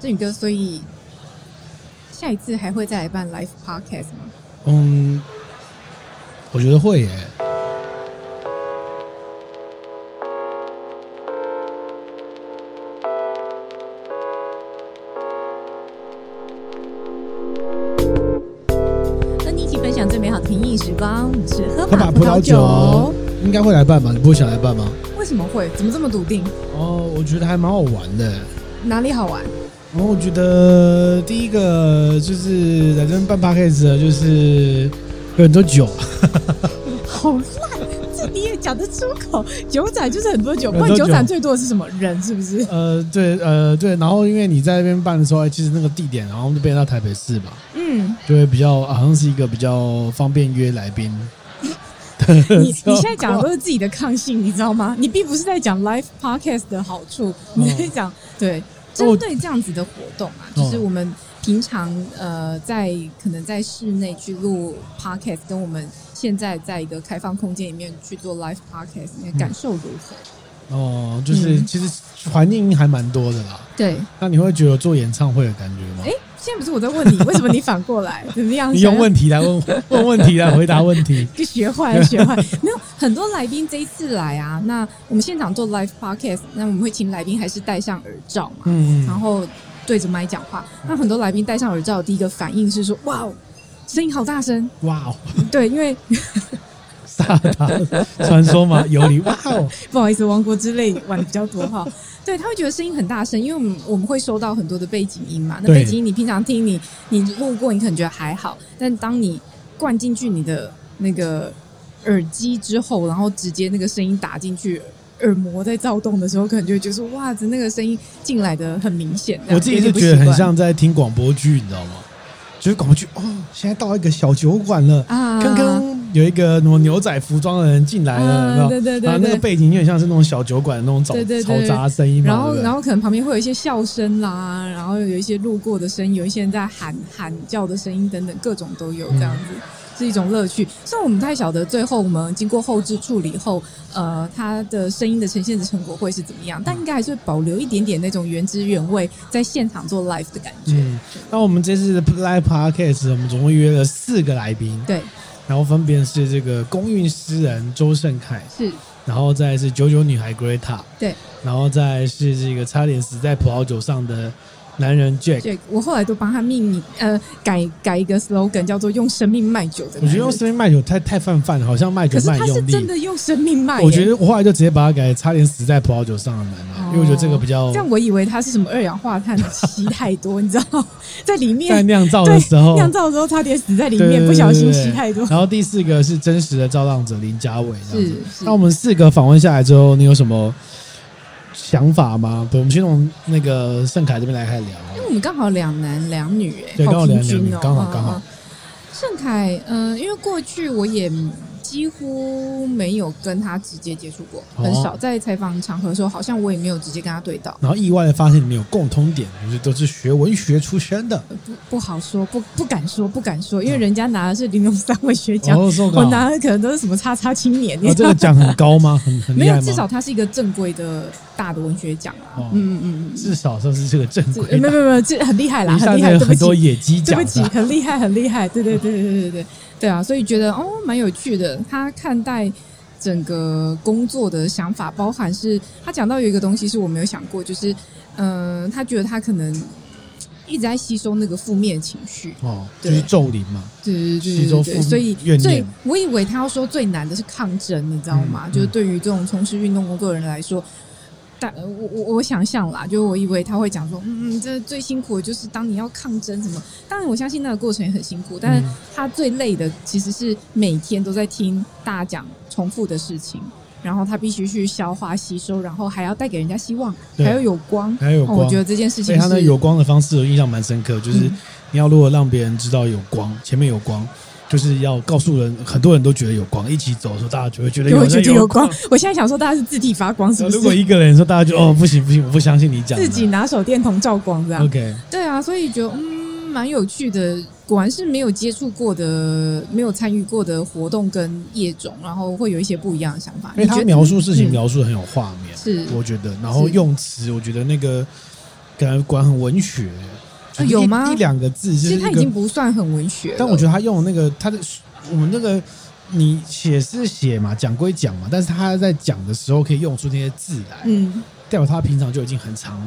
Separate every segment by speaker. Speaker 1: 俊哥，所以下一次还会再来办 live podcast 吗？
Speaker 2: 嗯，我觉得会耶。
Speaker 1: 和你一起分享最美好的平饮时光，我们是喝
Speaker 2: 喝把
Speaker 1: 把
Speaker 2: 葡
Speaker 1: 葡
Speaker 2: 萄
Speaker 1: 萄
Speaker 2: 酒
Speaker 1: 酒。
Speaker 2: 应该会来办吧？你不会想来办吗？
Speaker 1: 为什么会？怎么这么笃定？
Speaker 2: 哦，我觉得还蛮好玩的。
Speaker 1: 哪里好玩？
Speaker 2: 然哦后我觉得第一个就是来这边办 p a c a s e 就是有很多酒，啊
Speaker 1: 好烂，这你也讲得出口？酒展就是很多酒，
Speaker 2: 很
Speaker 1: 不
Speaker 2: 多
Speaker 1: 然酒展
Speaker 2: 酒
Speaker 1: 最多的是什么人？是不是？
Speaker 2: 呃，对，呃，对。然后因为你在那边办的时候，其实那个地点，然后就变到台北市嘛，
Speaker 1: 嗯，
Speaker 2: 就会比较好像是一个比较方便约来宾。
Speaker 1: 你你现在讲的都是自己的抗性，你知道吗？你并不是在讲 live podcast 的好处，你在讲、对针对这样子的活动啊，就是我们平常呃在可能在室内去录 podcast，跟我们现在在一个开放空间里面去做 live podcast，你的感受如何？
Speaker 2: 哦，就是
Speaker 1: 嗯
Speaker 2: 其实环境还蛮多的啦。
Speaker 1: 对，
Speaker 2: 那你会觉得有做演唱会的感觉吗
Speaker 1: 哎？，现在不是我在问你，为什么你反过来？怎么样？
Speaker 2: 你用问题来问问问题来回答问题。
Speaker 1: 就学坏了，学坏。没有很多来宾这一次来啊，那我们现场做 live podcast，那我们会请来宾还是戴上耳罩嘛，
Speaker 2: 嗯，
Speaker 1: 然后对着麦讲话。那很多来宾戴上耳罩，第一个反应是说：“哇哦，声音好大声
Speaker 2: 哇哦，！”
Speaker 1: 对，因为
Speaker 2: 萨达传说嘛，有理哇 哦，
Speaker 1: 不好意思，王国之泪玩的比较多
Speaker 2: 嗯
Speaker 1: 哈。对，他会觉得声音很大声，因为我们我们会收到很多的背景音嘛。那
Speaker 2: 对
Speaker 1: 背景音你平常听你你路过，你可能觉得还好，但当你灌进去你的那个耳机之后，然后直接那个声音打进去。耳膜在躁动的时候，可能就会觉得说：“哇，这那个声音进来的很明显。这样”
Speaker 2: 我自己
Speaker 1: 有
Speaker 2: 是
Speaker 1: 点不
Speaker 2: 觉得
Speaker 1: 习
Speaker 2: 很
Speaker 1: 惯
Speaker 2: 像在听广播剧，你知道吗？就是广播剧哦，现在到一个小酒馆了，
Speaker 1: 啊，
Speaker 2: 刚刚有一个什么牛仔服装的人进来了，
Speaker 1: 啊
Speaker 2: 有没有
Speaker 1: 对对对
Speaker 2: 然后那个
Speaker 1: 对
Speaker 2: 背景有点像是那种小酒馆的那种嘈
Speaker 1: 对对对
Speaker 2: 嘈杂声音嘛，
Speaker 1: 然后，
Speaker 2: 对不对
Speaker 1: 然后可能旁边会有一些笑声啦，然后有一些路过的声音，有一些人在喊喊叫的声音等等，各种都有这样
Speaker 2: 嗯
Speaker 1: 子，是一种乐趣。虽然我们不太晓得最后我们经过后置处理后，呃，它的声音的呈现的成果会是怎么样，但应该还是会保留一点点那种原汁原味在现场做 live 的感觉。
Speaker 2: 嗯，那我们这次的 live podcast 我们总共约了四个来宾，
Speaker 1: 对，
Speaker 2: 然后分别是这个公运诗人周盛凯，
Speaker 1: 是，
Speaker 2: 然后再是九九女孩 Greta，
Speaker 1: 对，
Speaker 2: 然后再是这个差点死在葡萄酒上的男人 Jack。
Speaker 1: 对我后来都帮他命名，呃，改改一个 slogan 叫做“用生命卖酒”的。
Speaker 2: 我觉得用生命卖酒太太泛泛了，好像卖
Speaker 1: 可
Speaker 2: 酒
Speaker 1: 是
Speaker 2: 卖
Speaker 1: 他是
Speaker 2: 用
Speaker 1: 真
Speaker 2: 力。
Speaker 1: 的用生命卖耶、哦
Speaker 2: 我觉得我后来就直接把它改，差点死在葡萄酒上的男人，因为我觉得这个比较
Speaker 1: 这样我以为它是什么二氧化碳吸太多，你知道， 在里
Speaker 2: 在
Speaker 1: 面
Speaker 2: 酿造
Speaker 1: 对
Speaker 2: 的时候，
Speaker 1: 酿造的时候差点死在里
Speaker 2: 对
Speaker 1: 面，
Speaker 2: 对
Speaker 1: 不小心
Speaker 2: 对对
Speaker 1: 吸太多。
Speaker 2: 然后第四个是真实的造浪者林家伟，这样子
Speaker 1: 是是
Speaker 2: 那我们四个访问下来之后，你有什么想法吗？对，我们先从那个盛凯这边来开始聊。
Speaker 1: 因为我们刚好两男两女、
Speaker 2: 对
Speaker 1: 哎，
Speaker 2: 刚好
Speaker 1: 好平
Speaker 2: 两男
Speaker 1: 均
Speaker 2: 两
Speaker 1: 哦
Speaker 2: 女，刚好
Speaker 1: 嗯
Speaker 2: 刚。好
Speaker 1: 嗯盛凯，嗯、因为过去我也几乎没有跟他直接接触过，很
Speaker 2: 哦
Speaker 1: 少在采访场合的时候，好像我也没有直接跟他对到，
Speaker 2: 然后意外的发现你们有共通点，就是都是学文学出身的。
Speaker 1: 不不好说，不不敢说，不敢说，因为人家拿的是玲珑三位学奖，
Speaker 2: 哦，受
Speaker 1: 我
Speaker 2: 稿。
Speaker 1: 拿的可能都是什么叉叉青年，你
Speaker 2: 哦，
Speaker 1: 知
Speaker 2: 这
Speaker 1: 道
Speaker 2: 个奖很高吗？ 很很
Speaker 1: 没
Speaker 2: 厉害
Speaker 1: 有，
Speaker 2: 吗？
Speaker 1: 至少它是一个正规的大的文学奖啊
Speaker 2: 哦。啊
Speaker 1: 嗯嗯嗯嗯
Speaker 2: 至少算是这个哎正
Speaker 1: 这，呃
Speaker 2: 规
Speaker 1: 没有没
Speaker 2: 的。
Speaker 1: 有没有，这很厉害啦，
Speaker 2: 以
Speaker 1: 很
Speaker 2: 上
Speaker 1: 厉
Speaker 2: 面
Speaker 1: 害，
Speaker 2: 有
Speaker 1: 对不
Speaker 2: 很多啊
Speaker 1: 起，
Speaker 2: 野鸡
Speaker 1: 对
Speaker 2: 奖
Speaker 1: 不起，
Speaker 2: 的，
Speaker 1: 很厉害， 很厉害，对对对对对对对对啊！所以觉得哦，蛮有趣的。他看待整个工作的想法，包含是他讲到有一个东西是我没有想过，就是嗯、呃他觉得他可能一直在吸收那个负面情绪，
Speaker 2: 哦，就是
Speaker 1: 对
Speaker 2: 咒灵嘛。
Speaker 1: 对对对
Speaker 2: 吸收
Speaker 1: 对
Speaker 2: 负
Speaker 1: 对，所以
Speaker 2: 怨念
Speaker 1: 最我以为他要说最难的是抗争，你知道吗？
Speaker 2: 嗯
Speaker 1: 就是对于这种从事运动工作的人来说，但呃我我我想象啦，就我以为他会讲说，嗯嗯，这最辛苦的就是当你要抗争什么。当然，我相信那个过程也很辛苦，但是
Speaker 2: 嗯
Speaker 1: 他最累的其实是每天都在听大家讲重复的事情，然后他必须去消化吸收，然后还要带给人家希望，
Speaker 2: 对
Speaker 1: 还要有光。
Speaker 2: 还有
Speaker 1: 哦
Speaker 2: 光，
Speaker 1: 我觉得这件事
Speaker 2: 所
Speaker 1: 情
Speaker 2: 以哎他那
Speaker 1: 是
Speaker 2: 个 有光的方式，我印象蛮深刻，就是
Speaker 1: 嗯
Speaker 2: 你要如何让别人知道有光，前面有光，就是要告诉人，很多人都觉得有光，一起走的时候，大家就会觉得
Speaker 1: 就
Speaker 2: 有
Speaker 1: 会觉
Speaker 2: 人
Speaker 1: 得有
Speaker 2: 光
Speaker 1: 光。。我现在想说，大家是自体发光，是不是？
Speaker 2: 如果一个人说，大家就哦不行不行，我不相信你讲的
Speaker 1: 自己拿手电筒照光这样。
Speaker 2: OK，
Speaker 1: 对啊，所以觉得嗯蛮有趣的，果然是没有接触过的、没有参与过的活动跟业种，然后会有一些不一样的想法。
Speaker 2: 因为
Speaker 1: 你
Speaker 2: 他
Speaker 1: 觉得
Speaker 2: 描述事情
Speaker 1: 嗯
Speaker 2: 描述得很有画面，
Speaker 1: 是
Speaker 2: 我觉得，然后
Speaker 1: 是
Speaker 2: 用词，我觉得那个感觉管很文学，就
Speaker 1: 啊
Speaker 2: 一
Speaker 1: 有吗
Speaker 2: 一两个字就
Speaker 1: 其
Speaker 2: 是
Speaker 1: 实
Speaker 2: 一
Speaker 1: 它已
Speaker 2: 个
Speaker 1: 经不算很文学了，
Speaker 2: 但我觉得他用的那个他的我们那个你写是写嘛，讲归讲嘛，但是他在讲的时候可以用出那些字来，
Speaker 1: 嗯，
Speaker 2: 代表他平常就已经很常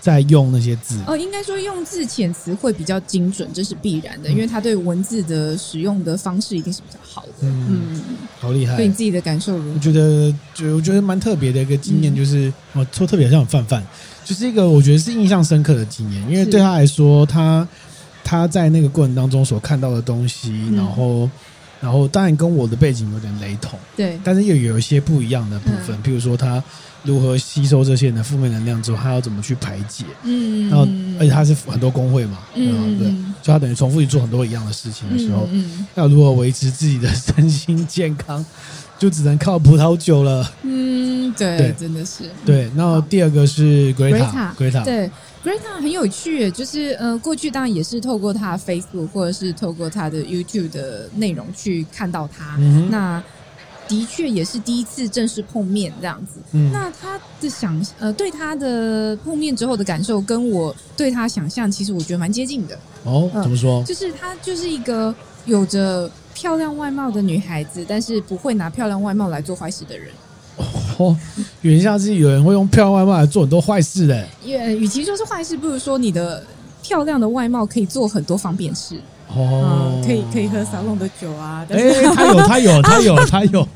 Speaker 2: 在用那些字。
Speaker 1: 哦，应该说用字遣词会比较精准，这是必然
Speaker 2: 嗯
Speaker 1: 的，因为他对文字的使用的方式一定是比较好的。
Speaker 2: 嗯，
Speaker 1: 嗯，
Speaker 2: 好厉害
Speaker 1: 对！你自己的感受如
Speaker 2: 我
Speaker 1: 何？
Speaker 2: 觉得，就我觉得蛮特别的一个经验，
Speaker 1: 嗯
Speaker 2: 就是我说特别好像很范范，就是一个我觉得是印象深刻的经验，因为
Speaker 1: 是
Speaker 2: 对他来说，他他在那个过程当中所看到的东西，
Speaker 1: 嗯
Speaker 2: 然后然后当然跟我的背景有点雷同，
Speaker 1: 对，
Speaker 2: 但是又有一些不一样的部
Speaker 1: 嗯
Speaker 2: 分，譬如说他如何吸收这些人的负面能量之后，他要怎么去排解，
Speaker 1: 嗯，
Speaker 2: 然后而且他是哦哎很多工会嘛，
Speaker 1: 嗯
Speaker 2: 嗯，对，
Speaker 1: 嗯
Speaker 2: 所以他等于重复去做很多一样的事情的时候，
Speaker 1: 嗯
Speaker 2: 要如何维持自己的身心健康，就只能靠葡萄酒了。
Speaker 1: 嗯，嗯
Speaker 2: 对
Speaker 1: 对，真的是，
Speaker 2: 对，然后第二个是 Greta，Greta，
Speaker 1: Greta，对，Greta 很有趣耶，就是呃，过去当然也是透过他的 Facebook 或者是透过他的 YouTube 的内容去看到他，
Speaker 2: 嗯哼
Speaker 1: 那的确也是第一次正式碰面这样子。
Speaker 2: 嗯
Speaker 1: 那他的想呃，对他的碰面之后的感受，跟我对他想象，其实我觉得蛮接近的。
Speaker 2: 哦，
Speaker 1: 嗯
Speaker 2: 怎么说？
Speaker 1: 就是她就是一个有着漂亮外貌的女孩子，但是不会拿漂亮外貌来做坏事的人。
Speaker 2: 哦，原下是有人会用漂亮外貌来做很多坏事的，
Speaker 1: 也与其说是坏事，不如说你的漂亮的外貌可以做很多方便事。
Speaker 2: 哦
Speaker 1: 嗯，，可以可以喝沙龙的酒啊，但
Speaker 2: 哎、
Speaker 1: 是
Speaker 2: 他有，他有，他有，他有，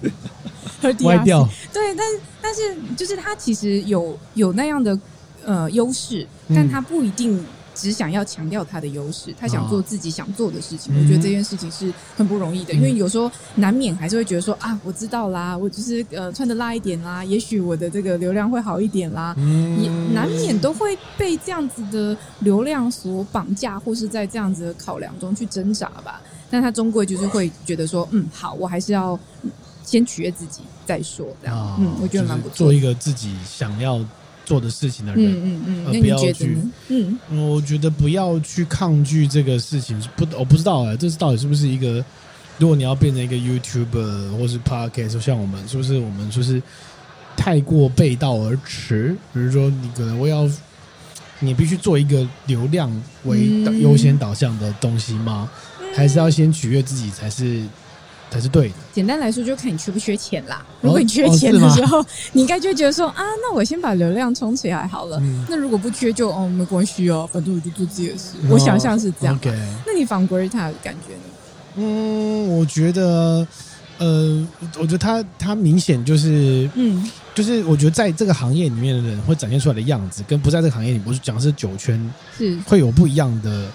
Speaker 1: 喝低
Speaker 2: 歪
Speaker 1: 压
Speaker 2: 掉，
Speaker 1: 对，但但是就是他其实有有那样的呃优势，
Speaker 2: 嗯
Speaker 1: 但他不一定只想要强调他的优势，他想
Speaker 2: 哦
Speaker 1: 做自己想做的事情。
Speaker 2: 嗯
Speaker 1: 我觉得这件事情是很不容易的，因为
Speaker 2: 嗯
Speaker 1: 有时候难免还是会觉得说啊，我知道啦，我就是呃穿的辣一点啦，也许我的这个流量会好一点啦。也
Speaker 2: 嗯
Speaker 1: 难免都会被这样子的流量所绑架，或是在这样子的考量中去挣扎吧。但他终归就是会觉得说，嗯，好，我还是要嗯先取悦自己再说，这样。
Speaker 2: 啊
Speaker 1: 嗯，我觉得蛮
Speaker 2: 就是
Speaker 1: 不错
Speaker 2: 做
Speaker 1: 的。
Speaker 2: 一个自己想要做的事情的人。
Speaker 1: 嗯嗯嗯，
Speaker 2: 呃
Speaker 1: 那
Speaker 2: 不
Speaker 1: 你
Speaker 2: 要
Speaker 1: 觉得
Speaker 2: 去
Speaker 1: 呢？嗯，
Speaker 2: 嗯我觉得不要去抗拒这个事情，不，我不知道哎，这是到底是不是一个？如果你要变成一个 YouTuber 或是 Podcast，像我们，是不是我们就是太过背道而驰？比如说，你可能会要，你必须做一个流量为
Speaker 1: 嗯
Speaker 2: 导优先导向的东西吗？还是要先取悦自己才是才是对的？
Speaker 1: 简单来说，就看你缺不缺钱啦。
Speaker 2: 哦
Speaker 1: 如果你缺
Speaker 2: 哦
Speaker 1: 钱
Speaker 2: 是
Speaker 1: 的
Speaker 2: 吗
Speaker 1: 时候， 你应该就会觉得说啊，那我先把流量冲起来好了。
Speaker 2: 嗯
Speaker 1: 那如果不缺就，哦没关系哦，反正我就做自己的事。我想象是这样。
Speaker 2: OK，
Speaker 1: 那你仿 Greta 的感觉呢？
Speaker 2: 嗯，我觉得，呃，我觉得他他明显就是
Speaker 1: 嗯
Speaker 2: 就是我觉得在这个行业里面的人会展现出来的样子，跟不在这个行业里，我是讲的是酒圈
Speaker 1: 是
Speaker 2: 会有不一样的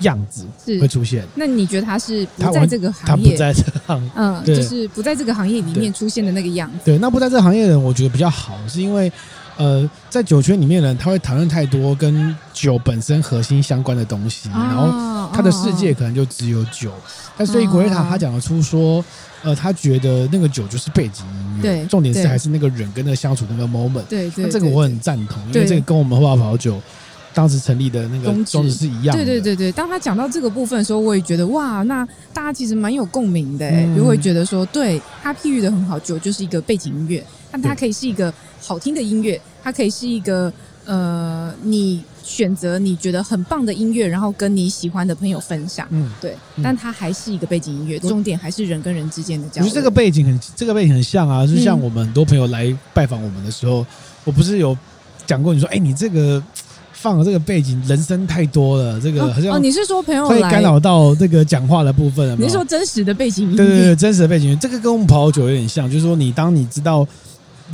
Speaker 2: 样子
Speaker 1: 是
Speaker 2: 会出现。
Speaker 1: 那你觉得他是
Speaker 2: 他
Speaker 1: 不在
Speaker 2: 完
Speaker 1: 这个
Speaker 2: 他
Speaker 1: 行
Speaker 2: 不
Speaker 1: 业？
Speaker 2: 在这个行，
Speaker 1: 嗯，
Speaker 2: 对
Speaker 1: 就是不在这个行业里
Speaker 2: 对
Speaker 1: 面出现的那个样子。
Speaker 2: 对，那不在这个行业的人，我觉得比较好，是因为呃，在酒圈里面的人，他会谈论太多跟酒本身核心相关的东西，嗯然后
Speaker 1: 后
Speaker 2: 他的世界可能就只有酒。但所以古瑞塔
Speaker 1: 哦
Speaker 2: 他讲得出说，呃，他觉得那个酒就是背景音乐，
Speaker 1: 对
Speaker 2: 重点是
Speaker 1: 对
Speaker 2: 还是那个人跟那个相处那个 moment。
Speaker 1: 哦对对，
Speaker 2: 那这个
Speaker 1: 对
Speaker 2: 我很赞同，因为
Speaker 1: 对
Speaker 2: 这个跟我们花跑酒当时成立的那个
Speaker 1: 宗旨
Speaker 2: 宗旨是一样的。
Speaker 1: 对对对对，当他讲到这个部分的时候，我也觉得哇，那大家其实蛮有共鸣的、欸，
Speaker 2: 嗯
Speaker 1: 就会觉得说，对他譬喻的很好，酒就是一个背景音乐，但它
Speaker 2: 对
Speaker 1: 可以是一个好听的音乐，它可以是一个呃，你选择你觉得很棒的音乐，然后跟你喜欢的朋友分享，
Speaker 2: 嗯，
Speaker 1: 对，
Speaker 2: 嗯
Speaker 1: 但它还是一个背景音乐，
Speaker 2: 我
Speaker 1: 重点还是人跟人之间的
Speaker 2: 我
Speaker 1: 交
Speaker 2: 觉
Speaker 1: 流。
Speaker 2: 得这个背景很，这个背景很像啊，就像
Speaker 1: 嗯
Speaker 2: 我们很多朋友来拜访我们的时候，我不是有讲过，你说，哎、你这个放的这个背景人声太多了，这个好
Speaker 1: 哦哦，
Speaker 2: 像
Speaker 1: 你是说朋友
Speaker 2: 会
Speaker 1: 来
Speaker 2: 干？扰啊到这个讲话的部分了。
Speaker 1: 你是说真实的背景音乐？
Speaker 2: 对对对，真实的背景音乐，这个跟我们跑酒有点像，就是说你当你知道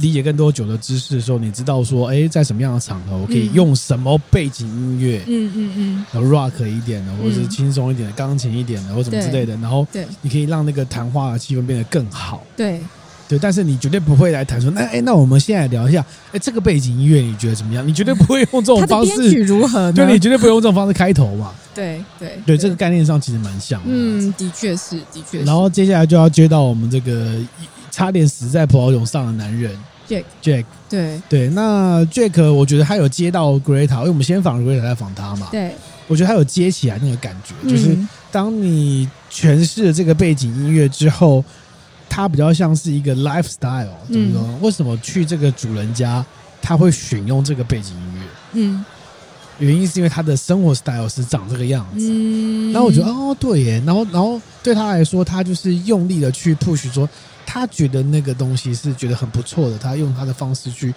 Speaker 2: 理解更多酒的知识的时候，你知道说，哎、在什么样的场合我可以
Speaker 1: 嗯
Speaker 2: 用什么背景音乐，
Speaker 1: 嗯嗯嗯，
Speaker 2: 然后 rock 一点的，或者是
Speaker 1: 嗯
Speaker 2: 轻松一点的，钢琴一点的，或什么之类的，然后
Speaker 1: 对
Speaker 2: 你可以让那个谈话的气氛变得更好。
Speaker 1: 对，
Speaker 2: 对，但是你绝对不会来谈说，那哎，那我们现在聊一下，哎，这个背景音乐你觉得怎么样？你绝对不会用这种
Speaker 1: 他的
Speaker 2: 方
Speaker 1: 编曲
Speaker 2: 式，
Speaker 1: 如何呢？
Speaker 2: 对，你绝对不会用这种方式开头嘛。
Speaker 1: 对对
Speaker 2: 对，这个概念上其实蛮像。嗯，
Speaker 1: 嗯，的确是，的确是。
Speaker 2: 然后接下来就要接到我们这个差点死在葡萄酒上的男人
Speaker 1: Jack
Speaker 2: Jack。
Speaker 1: 对
Speaker 2: 对，那 Jack 我觉得他有接到 Greta，因为我们先访 Greta 再访他嘛。
Speaker 1: 对，
Speaker 2: 我觉得他有接起来那个感觉，就是
Speaker 1: 嗯
Speaker 2: 当你诠释了这个背景音乐之后，它比较像是一个 lifestyle，怎
Speaker 1: 嗯
Speaker 2: 么说？为什么去这个主人家他会选用这个背景音乐？
Speaker 1: 嗯
Speaker 2: 原因是因为他的生活 style 是长这个样子。
Speaker 1: 嗯，
Speaker 2: 然后我觉得哦，对耶，然后然后对他来说，他就是用力的去 push 说，他觉得那个东西是觉得很不错的，他用他的方式去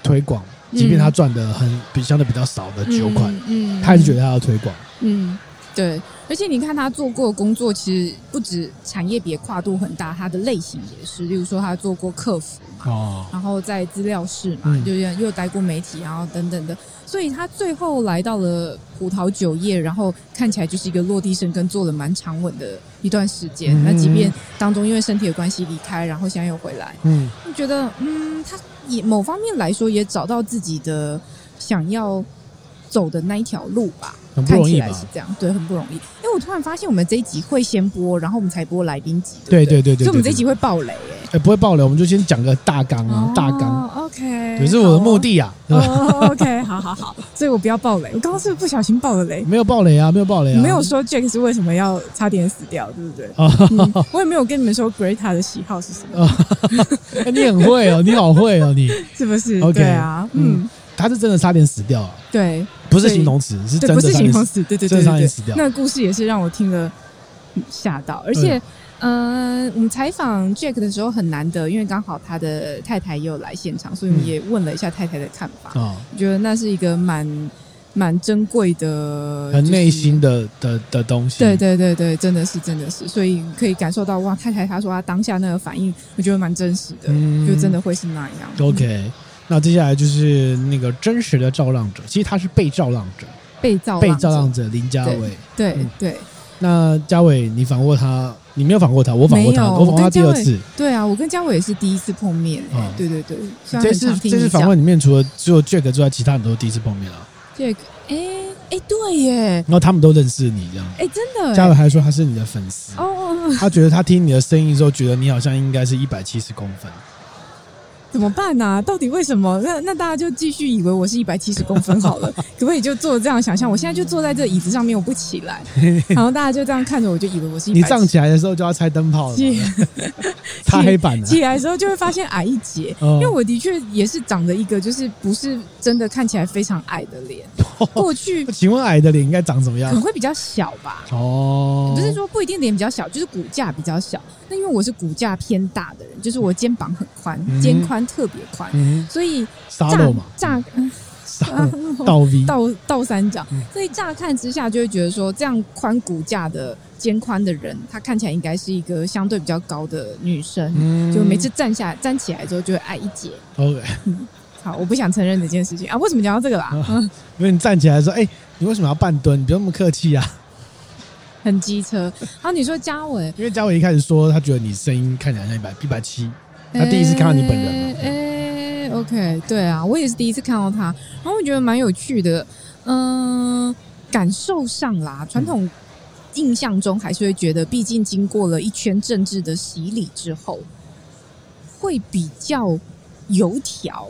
Speaker 2: 推广，即便他赚的很比相对比较少的酒款，
Speaker 1: 嗯嗯，嗯
Speaker 2: 他还是觉得他要推广。
Speaker 1: 嗯，对，而且你看他做过的工作，其实不止产业别跨度很大，他的类型也是，例如说他做过客服嘛，
Speaker 2: 哦，
Speaker 1: 然后在资料室嘛，
Speaker 2: 嗯
Speaker 1: 就是又待过媒体，然后等等的，所以他最后来到了葡萄酒业，然后看起来就是一个落地生根，做了蛮长稳的一段时间。
Speaker 2: 嗯
Speaker 1: 那即便当中因为身体的关系离开，然后现在又回来，
Speaker 2: 嗯
Speaker 1: 就觉得嗯，他也某方面来说也找到自己的想要走的那一条路吧。
Speaker 2: 很不容易
Speaker 1: 看
Speaker 2: 吧
Speaker 1: 起来是这样，对，很不容易。因为我突然发现，我们这一集会先播，然后我们才播来宾集，
Speaker 2: 对
Speaker 1: 不对
Speaker 2: 对对对对
Speaker 1: 所以我们这
Speaker 2: 对
Speaker 1: 一集会爆雷、欸，
Speaker 2: 哎，不会爆雷，我们就先讲个大纲啊，大纲，
Speaker 1: 哦，OK，
Speaker 2: 也是我的目的啊，
Speaker 1: 好
Speaker 2: 对
Speaker 1: 哦。
Speaker 2: 吧
Speaker 1: 哦，OK，好好好，所以我不要爆雷。我刚刚是不是不小心爆了雷？
Speaker 2: 没有爆雷啊，没有爆雷啊，
Speaker 1: 没有说 Jack 是为什么要差点死掉，对 不对？
Speaker 2: 啊。
Speaker 1: 嗯、我也没有跟你们说 Greta 的喜好是什么，
Speaker 2: 哎你很会哦，你好会哦，你
Speaker 1: 是不是
Speaker 2: OK，
Speaker 1: 对啊，嗯，
Speaker 2: 他是真的差点死掉啊，
Speaker 1: 对，
Speaker 2: 不是形容词，是
Speaker 1: 对，
Speaker 2: 真
Speaker 1: 不
Speaker 2: 的
Speaker 1: 是
Speaker 2: 差
Speaker 1: 形
Speaker 2: 点
Speaker 1: 容
Speaker 2: 死。
Speaker 1: 词，对对
Speaker 2: 真
Speaker 1: 对
Speaker 2: 的差
Speaker 1: 对
Speaker 2: 点死
Speaker 1: 对
Speaker 2: 掉。
Speaker 1: 那个故事也是让我听了嗯吓到，而且，嗯、我们采访 Jack 的时候很难得，因为刚好他的太太也有来现场，所以我们
Speaker 2: 嗯
Speaker 1: 也问了一下太太的看法。
Speaker 2: 啊，
Speaker 1: 我觉得那是一个蛮蛮珍贵的，
Speaker 2: 很
Speaker 1: 就是
Speaker 2: 内心的的的东西。
Speaker 1: 对对对对，真的是真的是，所以可以感受到哇，太太她说她当下那个反应，我觉得蛮真实的，
Speaker 2: 嗯
Speaker 1: 就真的会是那样。嗯
Speaker 2: OK，那接下来就是那个真实的照浪者，其实他是被照浪者，
Speaker 1: 被造
Speaker 2: 被照浪者林嘉伟。
Speaker 1: 对
Speaker 2: 嗯
Speaker 1: 对
Speaker 2: 那嘉伟，你访过他？你没有访过他，我访过
Speaker 1: 没
Speaker 2: 他，
Speaker 1: 有
Speaker 2: 我访过他
Speaker 1: 我跟
Speaker 2: 第
Speaker 1: 嘉
Speaker 2: 二
Speaker 1: 伟
Speaker 2: 次。
Speaker 1: 对啊！我跟嘉伟也是第一次碰面、欸
Speaker 2: 哦
Speaker 1: 对对对，虽然
Speaker 2: 这
Speaker 1: 很常
Speaker 2: 次
Speaker 1: 听
Speaker 2: 这次
Speaker 1: 你
Speaker 2: 访
Speaker 1: 讲
Speaker 2: 问里面，除了只有 Jack 之外，其他人都第一次碰面了，
Speaker 1: 这个，哎、哎、对耶，
Speaker 2: 然后他们都认识你这样。
Speaker 1: 哎、真的耶
Speaker 2: 嘉伟还说他是你的粉丝，
Speaker 1: 哦哦， 哦
Speaker 2: 他觉得他听你的声音之后，觉得你好像应该是一百七十公分。
Speaker 1: 怎么办呢、啊？到底为什么？那那大家就继续以为我是一百七十公分好了， 可不可以就做这样想象？我现在就坐在这椅子上面，我不起来， 然后大家就这样看着我，就以为我是一
Speaker 2: 你
Speaker 1: 百
Speaker 2: 站起来的时候就要拆灯泡了
Speaker 1: 起
Speaker 2: 嘛， 擦黑板啊了。
Speaker 1: 起来的时候就会发现矮一截，
Speaker 2: 哦
Speaker 1: 因为我的确也是长得一个就是不是真的看起来非常矮的 脸，过去
Speaker 2: 请问矮的脸应该长什么
Speaker 1: 可
Speaker 2: 样
Speaker 1: 能？会比较小吧。
Speaker 2: 哦，
Speaker 1: 不是说不一定脸比较小，就是骨架比较小。那因为我是骨架偏大的人，就是我肩膀很宽，
Speaker 2: 嗯
Speaker 1: 肩宽特别宽，
Speaker 2: 嗯，
Speaker 1: 所以
Speaker 2: 沙
Speaker 1: 乍
Speaker 2: 漏嘛，
Speaker 1: 乍 嗯
Speaker 2: 沙
Speaker 1: 啊
Speaker 2: 漏倒 V，
Speaker 1: 倒倒三角
Speaker 2: 嗯，
Speaker 1: 所以乍看之下就会觉得说，这样宽骨架的肩宽的人，她看起来应该是一个相对比较高的女生。
Speaker 2: 嗯
Speaker 1: 就每次站下来站起来之后就会矮一截。
Speaker 2: OK，
Speaker 1: 好，我不想承认这件事情啊！为什么讲到这个 啦？嗯
Speaker 2: 因为你站起来说，哎，你为什么要半蹲？你不用那么客气啊。
Speaker 1: 很机车。好，你说嘉文，
Speaker 2: 因为嘉伟一开始说他觉得你声音看起来像一百一百七，他第一次看到你本人啊嘛
Speaker 1: 哎、哎 OK，对啊，我也是第一次看到他，然后我觉得蛮有趣的。嗯、感受上
Speaker 2: 嗯
Speaker 1: 啦，传统印象中还是会觉得，毕竟经过了一圈政治的洗礼之后，会比较油条。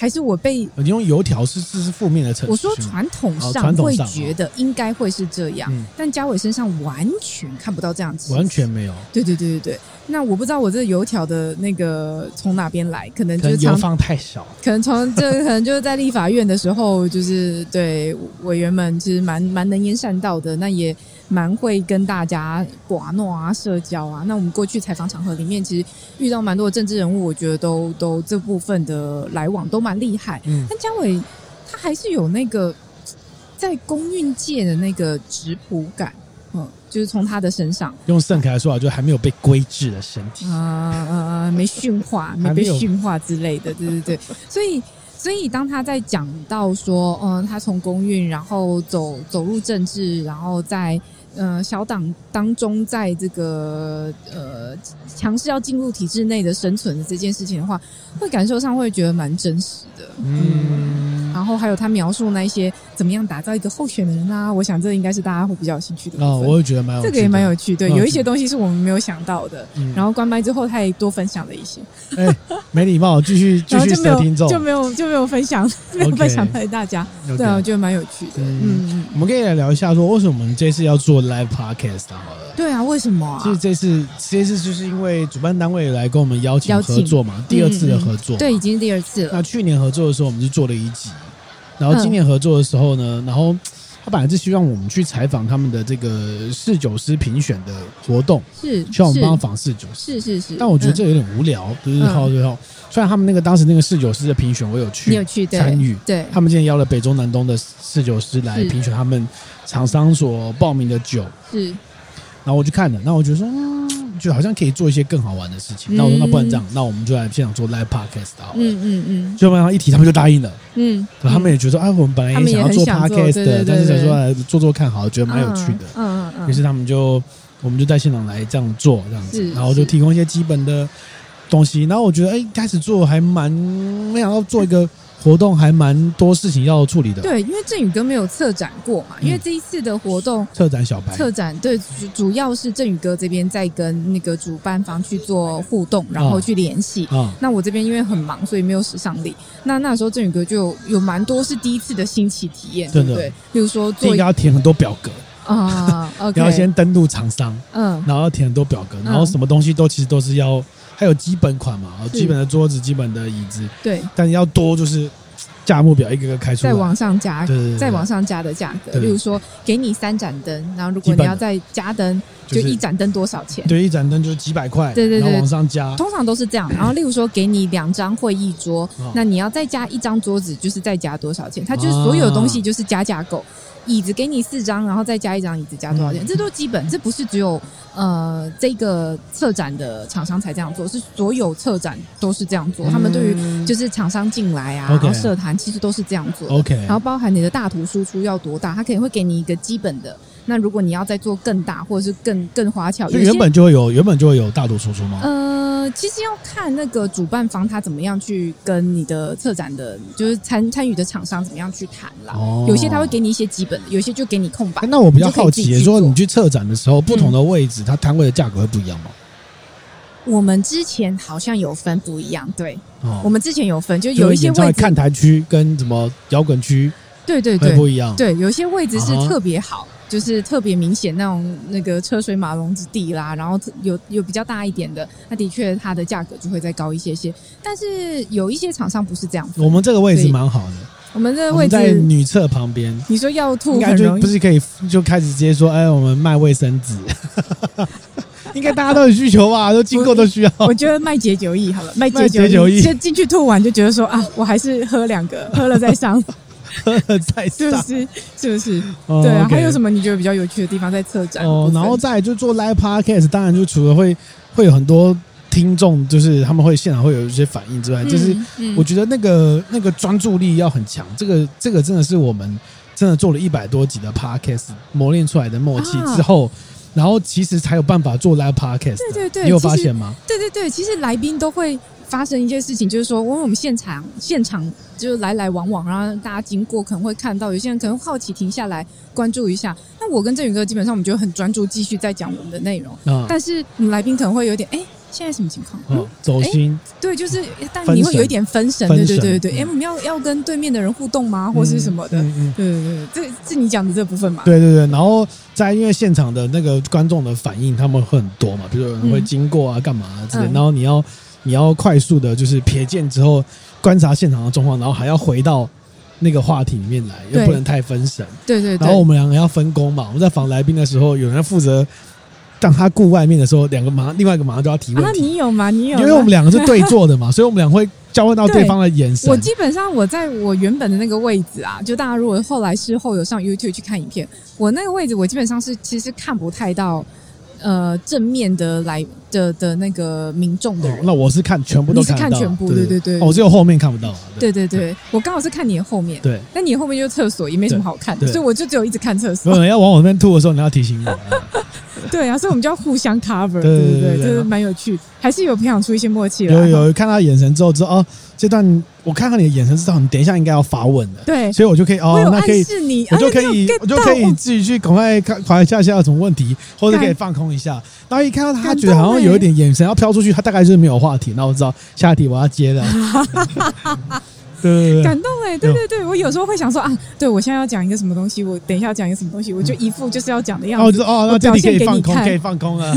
Speaker 1: 还是我被
Speaker 2: 你用油条是是是负面的程序。
Speaker 1: 我说传统
Speaker 2: 哦
Speaker 1: 上
Speaker 2: 传统
Speaker 1: 会
Speaker 2: 上
Speaker 1: 觉得应该会是这样，
Speaker 2: 嗯
Speaker 1: 但嘉伟身上完全看不到这样子，
Speaker 2: 完全没有，
Speaker 1: 对对对对对。那我不知道我这油条的那个从哪边来，可能
Speaker 2: 可
Speaker 1: 就是
Speaker 2: 能油
Speaker 1: 常，
Speaker 2: 放太少。
Speaker 1: 可能从这可能就是在立法院的时候，就是对委员们其实蛮蛮能言善道的，那也蛮会跟大家寡诺啊、社交啊。那我们过去采访场合里面，其实遇到蛮多的政治人物，我觉得都都这部分的来往都蛮厉害。
Speaker 2: 嗯
Speaker 1: 但嘉伟他还是有那个在公运界的那个质朴感，嗯，就是从他的身上。
Speaker 2: 用盛凯来说啊，就还没有被规制的身体。
Speaker 1: 啊啊啊！没驯化，没
Speaker 2: 还
Speaker 1: 被
Speaker 2: 没有
Speaker 1: 驯化之类的，对对对。所以，所以当他在讲到说，嗯、他从公运，然后走走入政治，然后在呃小党当中，在这个呃强势要进入体制内的生存的这件事情的话，会感受上会觉得蛮真实的。
Speaker 2: 嗯，
Speaker 1: 然后还有他描述那一些怎么样打造一个候选人啊，我想这应该是大家会比较有兴趣的部分。
Speaker 2: 哦，我也觉得蛮有趣
Speaker 1: 这
Speaker 2: 的，
Speaker 1: 个也蛮有趣，对，
Speaker 2: 蛮有
Speaker 1: 有一
Speaker 2: 趣
Speaker 1: 些东西是我们没有想到的。
Speaker 2: 嗯。
Speaker 1: 然后关麦之后，他也多分享了一些，
Speaker 2: 哎，没礼貌，继续继
Speaker 1: 然后
Speaker 2: 续
Speaker 1: 就没
Speaker 2: 收听
Speaker 1: 有
Speaker 2: 众
Speaker 1: 就。没有就没有分 享，没有
Speaker 2: OK
Speaker 1: 分享给大家。对啊，我
Speaker 2: OK
Speaker 1: 觉得蛮有趣的。
Speaker 2: 嗯
Speaker 1: 嗯，嗯
Speaker 2: 我们可以来聊一下，说为什么我们这次要做 live podcast 啊好了。
Speaker 1: 对啊，为什么
Speaker 2: 其实
Speaker 1: 啊？
Speaker 2: 这次这次就是因为主办单位来跟我们邀请
Speaker 1: 邀请嗯
Speaker 2: 合作嘛，第二次的合作。呃
Speaker 1: 对，已经是第二次了。
Speaker 2: 那去年合作的时候，我们是做了一集，然后今年合作的时候呢，然后他本来是希望我们去采访他们的这个侍酒师评选的活动，
Speaker 1: 是
Speaker 2: 希望我们帮他
Speaker 1: 是
Speaker 2: 访侍酒师。
Speaker 1: 是是是，
Speaker 2: 但我觉得
Speaker 1: 嗯
Speaker 2: 这有点无聊，就是
Speaker 1: 嗯
Speaker 2: 到最后，虽然他们那个当时那个侍酒师的评选，我有
Speaker 1: 你有
Speaker 2: 去
Speaker 1: 去对
Speaker 2: 参与。
Speaker 1: 对，
Speaker 2: 他们今天邀了北中南东的侍酒师来
Speaker 1: 是
Speaker 2: 评选他们厂商所报名的酒，
Speaker 1: 是
Speaker 2: 然后我去看了，那我觉得说，嗯，就好像可以做一些更好玩的事情。那我说，
Speaker 1: 嗯
Speaker 2: 那不然这样，那我们就来现场做 live podcast 好了。
Speaker 1: 嗯嗯嗯
Speaker 2: 就没想到一提，他们就答应了。
Speaker 1: 嗯，
Speaker 2: 对他们也觉得，哎，我们本来
Speaker 1: 他们也
Speaker 2: 想要
Speaker 1: 很
Speaker 2: 做
Speaker 1: 想做
Speaker 2: podcast
Speaker 1: 对对对
Speaker 2: 的，但是想
Speaker 1: 对
Speaker 2: 说来做做看，好，觉得蛮有趣的。
Speaker 1: 嗯嗯嗯，
Speaker 2: 于是他们就，我们就在现场来这样做，这样子
Speaker 1: 是，
Speaker 2: 然后就是提供一些基本的东西。然后我觉得，哎，开始做还蛮，没想到做一个活动还蛮多事情要处理的。
Speaker 1: 对，因为振宇哥没有策展过嘛，
Speaker 2: 嗯
Speaker 1: 因为这一次的活动
Speaker 2: 策展小白，
Speaker 1: 策展对主主要是振宇哥这边在跟那个主办方去做互动，然后去联系。
Speaker 2: 啊，
Speaker 1: 那我这边因为很忙，所以没有时尚力。那那时候振宇哥就有蛮多是第一次的新奇体验，对
Speaker 2: 真
Speaker 1: 不
Speaker 2: 的
Speaker 1: 对？比如说
Speaker 2: 这
Speaker 1: 做
Speaker 2: 个要填很多表格，
Speaker 1: 啊，OK，
Speaker 2: 你要先登录厂商，
Speaker 1: 嗯
Speaker 2: 然后要填很多表格，
Speaker 1: 嗯
Speaker 2: 然后什么东西都其实都是要，还有基本款嘛，
Speaker 1: 是
Speaker 2: 基本的桌子、基本的椅子，
Speaker 1: 对，
Speaker 2: 但是要多就是价目表一个个开出
Speaker 1: 再
Speaker 2: 来。
Speaker 1: 往上加
Speaker 2: 对对对，
Speaker 1: 再往上加的价格，
Speaker 2: 对
Speaker 1: 例如说给你三盏灯，然后如
Speaker 2: 基
Speaker 1: 果
Speaker 2: 本的
Speaker 1: 你要再加灯，就
Speaker 2: 就是
Speaker 1: 一盏灯多少钱？
Speaker 2: 对一盏灯就是几百块，
Speaker 1: 对对对
Speaker 2: 然后往上加，
Speaker 1: 通常都是这样。然后例如说给你两张会议桌
Speaker 2: 哦，
Speaker 1: 那你要再加一张桌子，就是再加多少钱？它就是所有的
Speaker 2: 哦
Speaker 1: 东西就是加架构。椅子给你四张，然后再加一张椅子，加多少钱？
Speaker 2: 嗯
Speaker 1: 这都是基本，这不是只有呃这个策展的厂商才这样做，是所有策展都是这样做。他们对于
Speaker 2: 于
Speaker 1: 就是厂商进来啊，然
Speaker 2: 嗯 OK
Speaker 1: 后社团其实都是这样做的。
Speaker 2: OK，
Speaker 1: 然后包含你的大图输出要多大，它可能会给你一个基本的。那如果你要再做更大，或者是更更花俏，
Speaker 2: 就
Speaker 1: 有些
Speaker 2: 原本就会有原本就会有大多输出吗？
Speaker 1: 呃，其实要看那个主办方他怎么样去跟你的策展的，就是参参与的厂商怎么样去谈啦。
Speaker 2: 哦
Speaker 1: 有些他会给你一些基本的，有些就给你空白
Speaker 2: 哎。那我比较
Speaker 1: 你就可以
Speaker 2: 好
Speaker 1: 自己
Speaker 2: 奇，
Speaker 1: 去
Speaker 2: 说
Speaker 1: 做嗯
Speaker 2: 你去策展的时候，不同的位置，它摊位的价格会不一样吗？
Speaker 1: 我们之前好像有分不一样，对，我
Speaker 2: 哦，
Speaker 1: 们之前有分，就
Speaker 2: 就
Speaker 1: 有一些
Speaker 2: 演唱会
Speaker 1: 位置，
Speaker 2: 看台区跟什么摇滚区
Speaker 1: 对对
Speaker 2: 会
Speaker 1: 对
Speaker 2: 不一样。
Speaker 1: 对，有一些位置是
Speaker 2: 啊哈
Speaker 1: 特别好，就是特别明显那种那个车水马龙之地啦，然后特有有比较大一点的，那的确它的价格就会再高一些些。但是有一些厂商不是这样，
Speaker 2: 我们这个位置
Speaker 1: 对
Speaker 2: 蛮好的，
Speaker 1: 我们的位
Speaker 2: 我们在
Speaker 1: 置，
Speaker 2: 女厕旁边，
Speaker 1: 你说要
Speaker 2: 应
Speaker 1: 吐
Speaker 2: 该
Speaker 1: 很
Speaker 2: 就
Speaker 1: 容易
Speaker 2: 不是可以就开始直接说，哎，我们卖卫生纸， 应该大家都有需求吧？都经过都需要。
Speaker 1: 我觉得卖解酒意好了，卖
Speaker 2: 哦卖解酒
Speaker 1: 酒
Speaker 2: 意
Speaker 1: 先进去吐完就觉得说啊，我还是喝两 个，喝了再上，
Speaker 2: 在
Speaker 1: 是不
Speaker 2: 上，
Speaker 1: 是？是不是？
Speaker 2: 哦
Speaker 1: 对啊，
Speaker 2: ，OK
Speaker 1: 还有什么你觉得比较有趣的地方在策展的部
Speaker 2: 哦
Speaker 1: 分？，
Speaker 2: 然后再来就做 live podcast，当然就除了会会有很多听众，就是他们会现场会有一些反应之外，就是
Speaker 1: 嗯嗯
Speaker 2: 我觉得那个那个专注力要很强，这个这个真的是我们真的做了一百多集的 podcast 磨练出来的默契
Speaker 1: 啊
Speaker 2: 之后，然后其实才有办法做 live podcast 的。
Speaker 1: 对对对
Speaker 2: 你有
Speaker 1: 其
Speaker 2: 发
Speaker 1: 实
Speaker 2: 现吗？
Speaker 1: 对对对，其实来宾都会发生一件事情，就是说，因为我们现场现场就是来来往往，然后大家经过可能会看到，有些人可能好奇停下来关注一下。那我跟振宇哥基本上我们就很专注，继续在讲我们的内容，
Speaker 2: 啊、
Speaker 1: 但是我们来宾可能会有点哎。诶现在什么情况？嗯
Speaker 2: 嗯，，走心，
Speaker 1: 对，就是，诶但
Speaker 2: 分
Speaker 1: 你会有
Speaker 2: 神
Speaker 1: 一点分神，
Speaker 2: 分
Speaker 1: 对对
Speaker 2: 神
Speaker 1: 对对对。哎、
Speaker 2: 嗯
Speaker 1: 我们要要跟对面的人互动吗，或是什么的？
Speaker 2: 嗯嗯嗯
Speaker 1: 对对对，这是你讲的这部分嘛？
Speaker 2: 对对对，然后在因为现场的那个观众的反应，他们会很多嘛，比如说有人会经过啊、干嘛啊之类的，
Speaker 1: 嗯
Speaker 2: 然后你要你要快速的，就是瞥见之后观察现场的状况，然后还要回到那个话题里面来，又
Speaker 1: 对
Speaker 2: 不能太分神。
Speaker 1: 对对对
Speaker 2: 然后我们两个要分工嘛，我们在访来宾的时候，有人负责让他顾外面的时候，两个马上另外一个马上就要提问
Speaker 1: 啊，
Speaker 2: 题，
Speaker 1: 你有吗？你有吗？
Speaker 2: 因为我们两个是对坐的嘛，所以我们俩会交换到 对方的眼神
Speaker 1: 我。基本上我在我原本的那个位置啊，就大家如果后来事后有上 YouTube 去看影片，我那个位置我基本上是其实看不太到呃正面的来的的那个民众的
Speaker 2: 哦
Speaker 1: 人。
Speaker 2: 那我是看全部都
Speaker 1: 你是
Speaker 2: 得到
Speaker 1: 看全部
Speaker 2: 对
Speaker 1: 对对对
Speaker 2: 哦我只有后面看不到啊。
Speaker 1: 对对对，我刚好是看你的后面，
Speaker 2: 对。
Speaker 1: 但你的后面就是厕所，也没什么好看的，
Speaker 2: 对对
Speaker 1: 所以我就只有一直看厕
Speaker 2: 没有
Speaker 1: 所。
Speaker 2: 人要往我那边吐的时候，你要提 醒我。
Speaker 1: 对啊，所以我们就要互相 cover，对
Speaker 2: 对对
Speaker 1: 对
Speaker 2: 对
Speaker 1: 对，
Speaker 2: 对
Speaker 1: 就是蛮有趣，还是有培养出一些默契来。
Speaker 2: 有有有看他眼神之后，知道哦，这段我看看你的眼神，知道你等一下应该要发问的，
Speaker 1: 对，
Speaker 2: 所以我就可以
Speaker 1: 我
Speaker 2: 哦
Speaker 1: 有，
Speaker 2: 那可
Speaker 1: 暗
Speaker 2: 以，
Speaker 1: 示你，
Speaker 2: 我就可
Speaker 1: 哎你
Speaker 2: 以
Speaker 1: 有，
Speaker 2: 我就
Speaker 1: get
Speaker 2: 可
Speaker 1: 到
Speaker 2: 以自己去赶快看，看一下下有什么问题，或者可以
Speaker 1: 干
Speaker 2: 放空一下。然后一看到他
Speaker 1: 感
Speaker 2: 觉得好
Speaker 1: 动
Speaker 2: 像
Speaker 1: 欸
Speaker 2: 有一 点眼神要飘出去，他大概就是没有话题，那我知道下一题我要接了。对对对，
Speaker 1: 感动哎、对对对，我有时候会想说啊，对我现在要讲一个什么东西，我等一下要讲一个什么东西，我就一副就是要讲的样
Speaker 2: 嗯哦，
Speaker 1: 子。
Speaker 2: 就是哦，那
Speaker 1: 我
Speaker 2: 这里可以
Speaker 1: 表
Speaker 2: 放
Speaker 1: 现给你
Speaker 2: 空，
Speaker 1: 看
Speaker 2: 可以放空啊，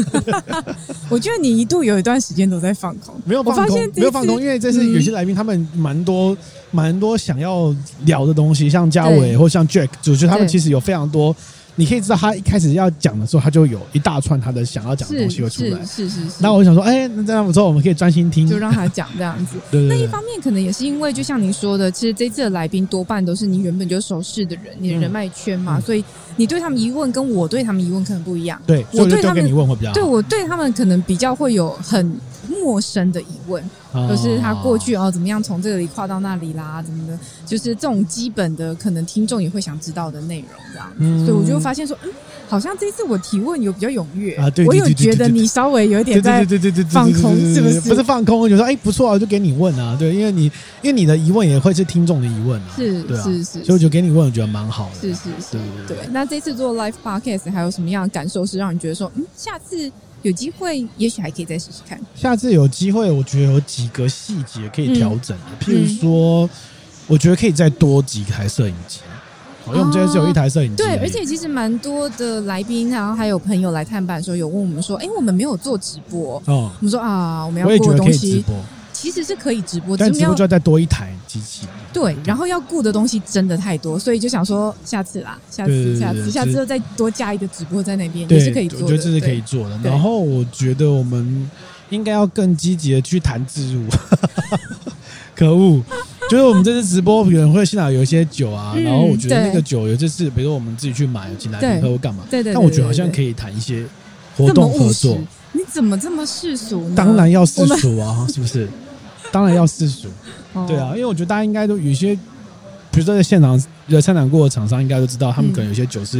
Speaker 1: 我觉得你一度有一段时间都在放空，
Speaker 2: 没有
Speaker 1: 我
Speaker 2: 放
Speaker 1: 发
Speaker 2: 空
Speaker 1: 现，这
Speaker 2: 没有放
Speaker 1: 次
Speaker 2: 空，因为这次有些来宾他们蛮多蛮多想要聊的东西，像嘉伟
Speaker 1: 对
Speaker 2: 或像 Jack，主角他
Speaker 1: 对
Speaker 2: 们其实有非常多，你可以知道他一开始要讲的时候，他就有一大串他的想要讲的东西会出来。
Speaker 1: 是是是是，
Speaker 2: 那我就想说，哎、那这样之后我们可以专心听，
Speaker 1: 就
Speaker 2: 对
Speaker 1: 让他讲这样子。
Speaker 2: 对
Speaker 1: 那一
Speaker 2: 对，
Speaker 1: 方面可能也是因为，就像您说的，其实这次的来宾多半都是你原本就熟识的人，你的
Speaker 2: 嗯
Speaker 1: 人脉圈嘛，
Speaker 2: 嗯
Speaker 1: 所以你对他们疑问跟我对他们疑问可能不一样。
Speaker 2: 对，所以
Speaker 1: 我
Speaker 2: 我就
Speaker 1: 对
Speaker 2: 丢
Speaker 1: 他
Speaker 2: 给
Speaker 1: 们
Speaker 2: 你问会比较好。
Speaker 1: 对我对他们可能比较会有很陌生的疑问，
Speaker 2: 啊
Speaker 1: 就是他过去哦怎么样从这里跨到那里啦，怎么的，就是这种基本的可能听众也会想知道的内容这样子。
Speaker 2: 嗯
Speaker 1: 所以我就发现说，嗯，好像这次我提问有比较踊跃
Speaker 2: 啊对对
Speaker 1: 我有
Speaker 2: 对对
Speaker 1: 觉
Speaker 2: 对
Speaker 1: 得
Speaker 2: 对
Speaker 1: 你稍微有一
Speaker 2: 对
Speaker 1: 点
Speaker 2: 对
Speaker 1: 在
Speaker 2: 对对对对，
Speaker 1: 放空
Speaker 2: 对对对
Speaker 1: 是不
Speaker 2: 对对
Speaker 1: 是
Speaker 2: 不是放空，就说哎、不错啊，就给你问啊，对，因为你因为你的疑问也会是听众的疑问啊，
Speaker 1: 是
Speaker 2: 对啊，
Speaker 1: 是是
Speaker 2: 所以我就给你问，我觉得蛮好的啊，
Speaker 1: 是是是
Speaker 2: 对，对
Speaker 1: 对。那这次做 live podcast 还有什么样的感受是让你觉得说，嗯，下次有机会也许还可以再试试看？
Speaker 2: 下次有机会，我觉得有几个细节可以调整的，啊
Speaker 1: 嗯
Speaker 2: 譬如说，我觉得可以再多几台摄影机，好因为我们这边只有一台摄影机已，
Speaker 1: 哦对，而且其实蛮多的来宾，然后还有朋友来探班的时候，有问我们说，哎、我们没有做直播，
Speaker 2: 哦，
Speaker 1: 我们说啊，我们要
Speaker 2: 我也觉
Speaker 1: 顾的
Speaker 2: 得可
Speaker 1: 东
Speaker 2: 以直
Speaker 1: 西
Speaker 2: 播，
Speaker 1: 其实是可以直播，只
Speaker 2: 但
Speaker 1: 是
Speaker 2: 直
Speaker 1: 没
Speaker 2: 播
Speaker 1: 有
Speaker 2: 就要再多一台机器，
Speaker 1: 对，然后要顾的东西真的太多，所以就想说下次啦，下
Speaker 2: 对对
Speaker 1: 次
Speaker 2: 对
Speaker 1: 下
Speaker 2: 对
Speaker 1: 次
Speaker 2: 对
Speaker 1: 下
Speaker 2: 就
Speaker 1: 次
Speaker 2: 是
Speaker 1: 就再多加一个直播在那边，
Speaker 2: 对，
Speaker 1: 也是可以做的。
Speaker 2: 我觉得这是可
Speaker 1: 对
Speaker 2: 以做的。
Speaker 1: 对
Speaker 2: 然后我觉得我们应该要更积极的去谈自入， 可恶！就是我们这次直播可能会现场有一些酒啊，
Speaker 1: 嗯
Speaker 2: 然后我觉得
Speaker 1: 对
Speaker 2: 那个酒有这次，比如说我们自己去买，请来宾
Speaker 1: 对
Speaker 2: 喝或干嘛，
Speaker 1: 对对对
Speaker 2: 但我觉得好像
Speaker 1: 对对
Speaker 2: 可以谈一些活动合
Speaker 1: 这
Speaker 2: 作
Speaker 1: 么务，实你怎么这么世俗呢？
Speaker 2: 当然要世
Speaker 1: 我们
Speaker 2: 俗啊，是不是？当然要世俗，
Speaker 1: 哦
Speaker 2: 对啊，因为我觉得大家应该都有一些，比如说在现场有参展过的厂商应该都知道，他们
Speaker 1: 嗯
Speaker 2: 可能有些酒是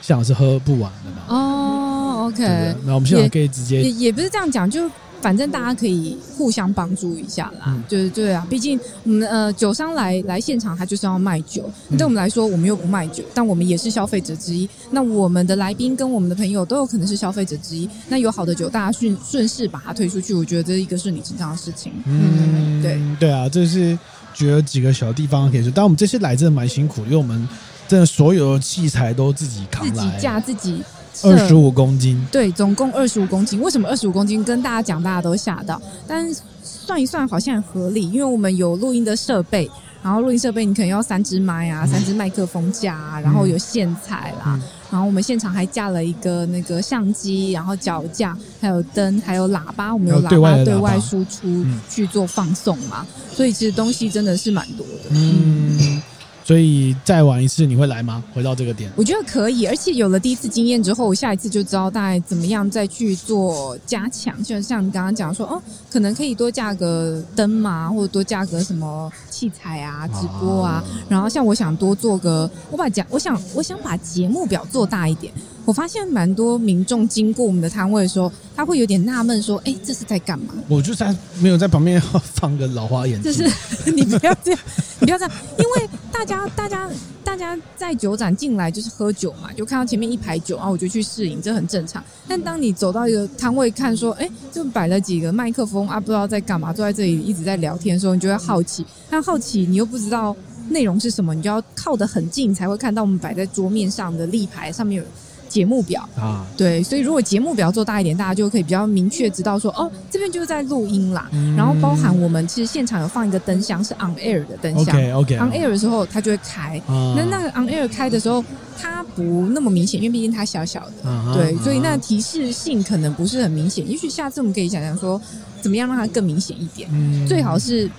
Speaker 2: 现场是喝不完的嘛，
Speaker 1: 哦，OK，
Speaker 2: 对不对？那我们现场可以直接
Speaker 1: 也也不是这样讲，就反正大家可以互相帮助一下啦。
Speaker 2: 嗯
Speaker 1: 就是对啊，毕竟我们呃酒商来来现场，他就是要卖酒。
Speaker 2: 嗯
Speaker 1: 对我们来说，我们又不卖酒，但我们也是消费者之一。那我们的来宾跟我们的朋友都有可能是消费者之一。那有好的酒，大家顺顺势把它推出去，我觉得这是一个顺理成章的事情。
Speaker 2: 嗯，
Speaker 1: 对，
Speaker 2: 对啊，这是觉得几个小地方可以说，但我们这次来真的蛮辛苦，因为我们真的所有的器材都自己扛
Speaker 1: 自己
Speaker 2: 来，
Speaker 1: 架自己设
Speaker 2: 二十五公斤，
Speaker 1: 对，总共二十五公斤。为什么二十五公斤？跟大家讲，大家都吓到，但算一算好像很合理，因为我们有录音的设备，然后录音设备你可能要三支麦啊，三支麦克风架啊，然后有线材啦
Speaker 2: 嗯，
Speaker 1: 然后我们现场还架了一个那个相机，然后脚架，还有灯，还有喇叭，我们有
Speaker 2: 还有对
Speaker 1: 喇
Speaker 2: 外
Speaker 1: 叭
Speaker 2: 的
Speaker 1: 对
Speaker 2: 喇叭
Speaker 1: 外输出
Speaker 2: 嗯
Speaker 1: 去做放送嘛，所以其实东西真的是蛮多的。
Speaker 2: 嗯，所以再玩一次你会来吗？回到这个点，
Speaker 1: 我觉得可以，而且有了第一次经验之后，我下一次就知道大概怎么样再去做加强。就像你刚刚讲说，哦，可能可以多加个灯嘛，或者多加个什么器材啊、直播啊。然后像我想多做个，我把讲，我想我想把节目表做大一点。我发现蛮多民众经过我们的摊位的时候，他会有点纳闷说：“哎，这是在干嘛？”
Speaker 2: 我就在没有在旁边放个老花眼
Speaker 1: 就
Speaker 2: 镜，
Speaker 1: 是 你不要这样，你不要这样，因为大家大家大家在酒展进来就是喝酒嘛，就看到前面一排酒啊，我就去试饮，这很正常。但当你走到一个摊位看说，哎、就摆了几个麦克风啊，不知道在干嘛，坐在这里一直在聊天的时候，你就会好奇。但好奇你又不知道内容是什么，你就要靠得很近，你才会看到我们摆在桌面上的立牌上面有节目表。
Speaker 2: 啊，
Speaker 1: 对，所以如果节目表做大一点，大家就可以比较明确知道说，哦，这边就是在录音啦。
Speaker 2: 嗯
Speaker 1: 然后包含我们其实现场有放一个灯箱，是 on air 的灯箱。
Speaker 2: OK OK
Speaker 1: on air 的时候它就会开。
Speaker 2: 啊
Speaker 1: 那那个 on air 开的时候，它不那么明显，因为毕竟它小小的。
Speaker 2: 啊
Speaker 1: 对，
Speaker 2: 啊
Speaker 1: 所以那提示性可能不是很明显。也许下次我们可以想想说，怎么样让它更明显一点。
Speaker 2: 嗯
Speaker 1: 最好是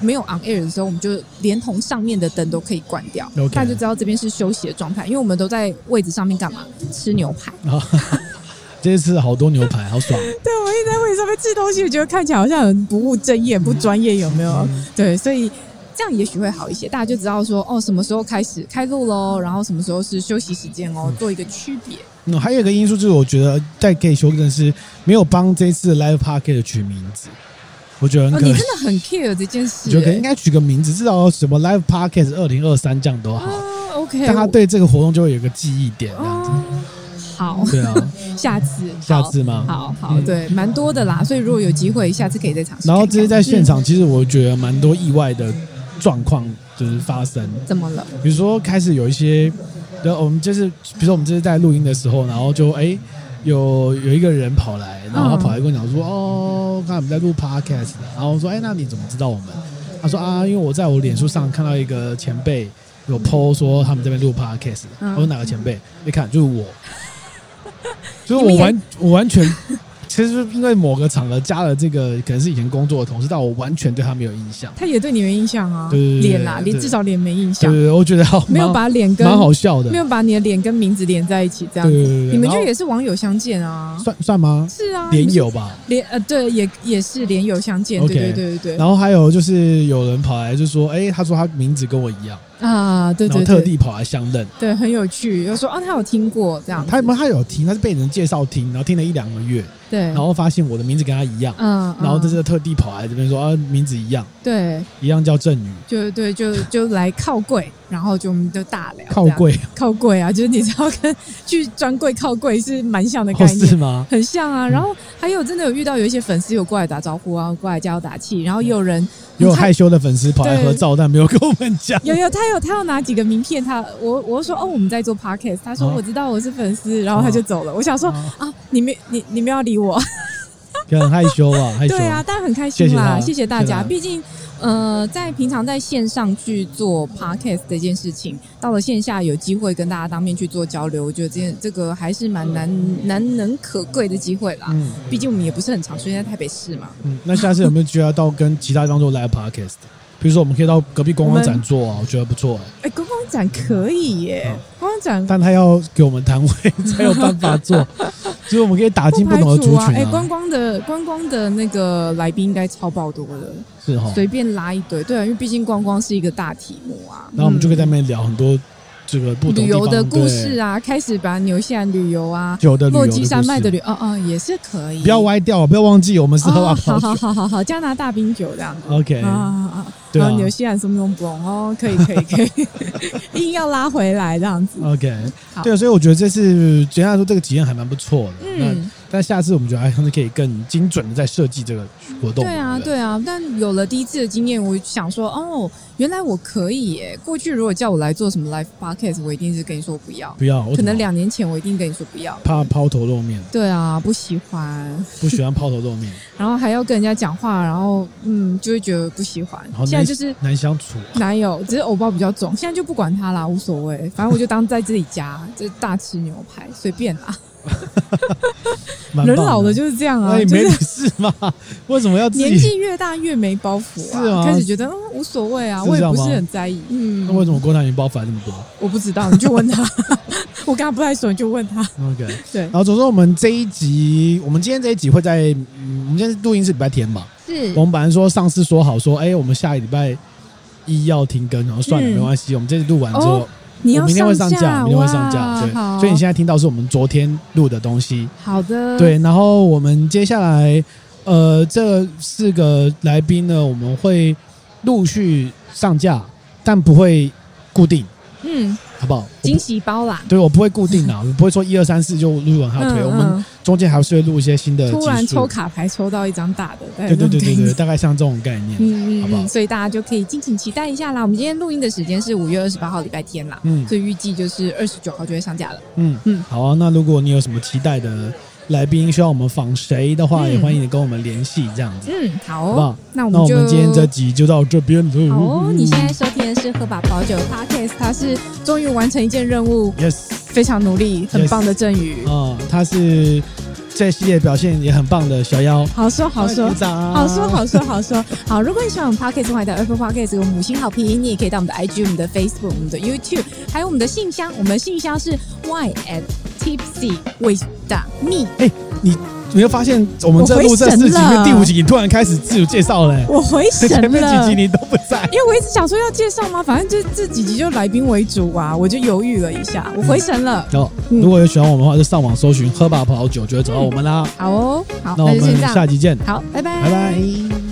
Speaker 1: 没有 on air 的时候，我们就连同上面的灯都可以关掉
Speaker 2: OK
Speaker 1: 大家就知道这边是休息的状态，因为我们都在位置上面干嘛？吃牛排。
Speaker 2: 啊， 这次好多牛排，好爽，
Speaker 1: 对，我一直在位置上面吃东西，我觉得看起来好像很不务正业、不专业，有没
Speaker 2: 嗯
Speaker 1: 有？对，所以这样也许会好一些，大家就知道说哦，什么时候开始开录喽，然后什么时候是休息时间哦，做一个区别。
Speaker 2: 嗯，还有一个因素就是，我觉得再可以修正的是没有帮这次的 live p a r k 取名字，我觉得
Speaker 1: 哦，
Speaker 2: 很可
Speaker 1: 你
Speaker 2: 惜。
Speaker 1: 真的很 care 这件事、
Speaker 2: 我觉得可能应
Speaker 1: 欸。
Speaker 2: 该取个名字，至少什么 Live Podcast 二零二三这样都好，
Speaker 1: 啊，OK，
Speaker 2: 大家对这个活动就会有个记忆点，这样子。
Speaker 1: 哦，好，
Speaker 2: 对 啊，
Speaker 1: 下次，
Speaker 2: 下
Speaker 1: 好
Speaker 2: 次嗯吗
Speaker 1: 好好，对，蛮多的啦，所以如果有机会，下次可以再尝试看看。
Speaker 2: 然后这是在现
Speaker 1: 嗯
Speaker 2: 场，其实我觉得蛮多意外的状况就是发生。
Speaker 1: 怎么了？
Speaker 2: 比如说开始有一些，然后我们就是，比如说我们这次在录音的时候，然后就哎、有有一个人跑来，然
Speaker 1: 嗯
Speaker 2: 后他跑来跟我讲说，哦，刚才我们在录 podcast，然后我说，哎、那你怎么知道我们？他说啊，因为我在我脸书上看到一个前辈有 PO 说他们这边录 podcast，、
Speaker 1: 嗯
Speaker 2: 我说哪个前辈？一看就是 我，就
Speaker 1: 你们
Speaker 2: 是我
Speaker 1: 也
Speaker 2: 完我完全。其实因为某个场合加了这个，可能是以前工作的同事，但我完全对他没有印象。
Speaker 1: 他也对你没印象啊，
Speaker 2: 对对对对
Speaker 1: 脸啊，
Speaker 2: 对
Speaker 1: 脸至少脸没印
Speaker 2: 对
Speaker 1: 象，
Speaker 2: 对对，我觉得好
Speaker 1: 没有
Speaker 2: 蛮
Speaker 1: 把脸跟
Speaker 2: 蛮好笑的
Speaker 1: 没，有把你的脸跟名字连在一起，这样子，
Speaker 2: 啊对对对对
Speaker 1: 你们
Speaker 2: 然后
Speaker 1: 就也是网友相见啊，
Speaker 2: 算算吗？
Speaker 1: 是啊，
Speaker 2: 连友吧。
Speaker 1: 连呃对，也也是连友相见，对
Speaker 2: OK
Speaker 1: 对对 对对
Speaker 2: 然后还有就是有人跑来就说，哎、他说他名字跟我一样，
Speaker 1: 啊，对
Speaker 2: 然
Speaker 1: 对
Speaker 2: 后特
Speaker 1: 对，
Speaker 2: 地跑来相认。
Speaker 1: 对很有趣，又说啊他有听过这样子，
Speaker 2: 他们他有听，他是被人介绍听，然后听了一两个月，
Speaker 1: 对，
Speaker 2: 然后发现我的名字跟他一样，
Speaker 1: 嗯，
Speaker 2: 然后这
Speaker 1: 嗯
Speaker 2: 是特地跑来这边说啊，名字一样，
Speaker 1: 对，
Speaker 2: 一样叫郑宇，
Speaker 1: 就对就就来靠柜，然后就我们就大聊
Speaker 2: 靠
Speaker 1: 这样
Speaker 2: 贵
Speaker 1: 靠柜啊，就是你知道跟去专柜靠柜是蛮像的概
Speaker 2: 哦
Speaker 1: 念
Speaker 2: 是。嗯吗？
Speaker 1: 很像啊，然后还有真的有遇到有一些粉丝有过来打招呼啊，过来加油打气，然后也有人
Speaker 2: 也有
Speaker 1: 他
Speaker 2: 害羞的粉丝跑来合照，但没有跟我们讲。
Speaker 1: 有有，他有他要拿几个名片，他我我说哦，我们在做 podcast，他说
Speaker 2: 哦
Speaker 1: 我知道我是粉丝，然后他就走了。我想说
Speaker 2: 哦
Speaker 1: 啊，你们你你们要理我，
Speaker 2: 可能害羞吧，害羞。
Speaker 1: 对啊，但很开心啦，
Speaker 2: 谢谢他啊
Speaker 1: 谢谢大
Speaker 2: 谢谢
Speaker 1: 家。
Speaker 2: 他
Speaker 1: 毕竟呃，在平常在线上去做 podcast 这件事情，到了线下有机会跟大家当面去做交流，我觉得这件这个还是蛮难难能可贵的机会啦。
Speaker 2: 嗯
Speaker 1: 毕竟我们也不是很常出现在台北市嘛，
Speaker 2: 嗯，那下次有没有机会要到跟其他地方做 live podcast？比如说，我们可以到隔壁观光展做啊，我觉得不错、欸。
Speaker 1: 哎，观光展可以耶
Speaker 2: 嗯，
Speaker 1: 观光展
Speaker 2: 但他要给我们摊位才有办法 做，所以我们可以打进不同的族
Speaker 1: 排除啊！哎、
Speaker 2: 群
Speaker 1: 观
Speaker 2: 啊，
Speaker 1: 光的观光的那个来宾应该超爆多的，
Speaker 2: 是哦哈。
Speaker 1: 随便拉一堆。对、啊，因为毕竟观光是一个大题目啊。
Speaker 2: 然后我们就可以在
Speaker 1: 嗯
Speaker 2: 那边聊很多这个不同
Speaker 1: 旅
Speaker 2: 地方
Speaker 1: 游的故事
Speaker 2: 对
Speaker 1: 啊，开始把纽西兰旅游啊，
Speaker 2: 酒的旅游
Speaker 1: 落
Speaker 2: 的故
Speaker 1: 基
Speaker 2: 事
Speaker 1: 山脉的旅，哦哦也是可以。
Speaker 2: 不要歪掉，啊不要忘记我们是
Speaker 1: 哦，
Speaker 2: 喝啊
Speaker 1: 好好好好好，加拿大冰酒这样子。
Speaker 2: OK，
Speaker 1: 啊啊啊！
Speaker 2: 对啊
Speaker 1: 然后纽西兰什么什么不哦，可以可以可以， 硬要拉回来这样子。
Speaker 2: OK，
Speaker 1: 好
Speaker 2: 对，啊所以我觉得这次简单来说，这个体验还蛮不错的。
Speaker 1: 嗯
Speaker 2: 那，但下次我们觉得还是可以更精准的在设计这个活动。
Speaker 1: 对啊，
Speaker 2: 不
Speaker 1: 对啊，但有了第一次的经验，我想说，哦，原来我可以耶。过去如果叫我来做什么 live podcast，我一定是跟你说不要。
Speaker 2: 不要，
Speaker 1: 可能
Speaker 2: 我怎么
Speaker 1: 两年前我一定跟你说不要。
Speaker 2: 怕抛头露面，
Speaker 1: 对啊，不喜欢，
Speaker 2: 不喜欢抛头露面，
Speaker 1: 然后还要跟人家讲话，然后嗯，就会觉得不喜欢
Speaker 2: 然 后。
Speaker 1: 现在就是
Speaker 2: 难相处。
Speaker 1: 哪有，只是偶包比较重，现在就不管他啦，无所谓，反正我就当在自己家，就大吃牛排，随便啦。
Speaker 2: 蛮
Speaker 1: 人
Speaker 2: 棒
Speaker 1: 老了就是这样啊，
Speaker 2: 哎，
Speaker 1: 就
Speaker 2: 没
Speaker 1: 是
Speaker 2: 你事吗？ 为什么要自
Speaker 1: 年
Speaker 2: 己？
Speaker 1: 纪越大越没包袱
Speaker 2: 是
Speaker 1: 啊，
Speaker 2: 啊
Speaker 1: 开始觉得嗯无所谓啊，
Speaker 2: 是
Speaker 1: 我也
Speaker 2: 这样
Speaker 1: 不是
Speaker 2: 吗
Speaker 1: 很在意。嗯，
Speaker 2: 那 为什么郭台铭包袱还这么多
Speaker 1: 我不知道，你就问 他。我跟他不太熟，你就问他。
Speaker 2: ？OK，
Speaker 1: 对
Speaker 2: 然，后嗯总之我们这一集，我们今天这一集会在，嗯我们今天录音是礼拜天嘛？
Speaker 1: 是
Speaker 2: 我们本来说上次说好说，哎，我们下个礼拜一要停更，然后算了，
Speaker 1: 嗯
Speaker 2: 没关系，我们这次录完之后
Speaker 1: 哦，你
Speaker 2: 我
Speaker 1: 要
Speaker 2: 明天会上
Speaker 1: 架，
Speaker 2: 明天会上
Speaker 1: 哇
Speaker 2: 架，对，
Speaker 1: 好，嗯
Speaker 2: 所以你现在听到是我们昨天录的东西，
Speaker 1: 好的，，
Speaker 2: 对，然后我们接下来，呃，这四个来宾呢，我们会陆续上架，但不会固定，
Speaker 1: 嗯，
Speaker 2: 好不好？我
Speaker 1: 惊
Speaker 2: 不
Speaker 1: 喜包啦。
Speaker 2: 对，我不会固定啊，我不会说一二三四就录完它推，
Speaker 1: 嗯
Speaker 2: 我们
Speaker 1: 嗯
Speaker 2: 中间还是会录一些新的
Speaker 1: 突然
Speaker 2: 集
Speaker 1: 抽
Speaker 2: 数。
Speaker 1: 卡牌抽到一张大的，对
Speaker 2: 对对对对对，
Speaker 1: 那种感觉
Speaker 2: 大概像这种概念。
Speaker 1: 嗯
Speaker 2: 好
Speaker 1: 嗯
Speaker 2: 不好
Speaker 1: 嗯，所以大家就可以敬请期待一下啦。我们今天录音的时间是五月二十八号礼拜天啦，
Speaker 2: 嗯
Speaker 1: 所以预计就是二十九号就会上架了。
Speaker 2: 嗯嗯
Speaker 1: 嗯，
Speaker 2: 好啊。那如果你有什么期待的来宾，需要我们访谁的话，
Speaker 1: 嗯
Speaker 2: 也欢迎你跟我们联系，这样子。
Speaker 1: 嗯，好
Speaker 2: 好不好
Speaker 1: 哦，那我
Speaker 2: 那
Speaker 1: 们
Speaker 2: 我
Speaker 1: 就
Speaker 2: 们今天这集就到这边了。
Speaker 1: 好哦。你现在收听的是喝把宝酒 Podcast，他是终于完成一件任务，
Speaker 2: yes
Speaker 1: 非常努力，很棒的振宇。
Speaker 2: 啊、他是这系列表现也很棒的小妖。
Speaker 1: 好说好说
Speaker 2: 鼓，掌
Speaker 1: 好说好说好说好。如果你喜欢我们 podcast，欢迎到 Apple Podcast 给我们五星好评。你也可以到我们的 IG、我们的 Facebook、我们的 YouTube，还有我们的信箱。我们的信箱是 y at tipsy with me。
Speaker 2: 哎、你你会发现我们这录这四集
Speaker 1: 我回神
Speaker 2: 跟
Speaker 1: 了
Speaker 2: 第五集，你突然开始自我介绍了、欸。
Speaker 1: 我回神
Speaker 2: 前面几
Speaker 1: 了，
Speaker 2: 集
Speaker 1: 因
Speaker 2: 你都不 在。
Speaker 1: 为我一直想说要介绍吗？反正就这几集就来宾为主啊，我就犹豫了一下，我回神了。
Speaker 2: 哦，
Speaker 1: 嗯
Speaker 2: 如果有喜欢我们的话，就上网搜寻“喝吧葡萄酒”，就会找到我们啦。
Speaker 1: 好哦，好，
Speaker 2: 啊那我
Speaker 1: 就先
Speaker 2: 们
Speaker 1: 这
Speaker 2: 下
Speaker 1: 样。
Speaker 2: 集见，
Speaker 1: 好，拜拜，
Speaker 2: 拜拜。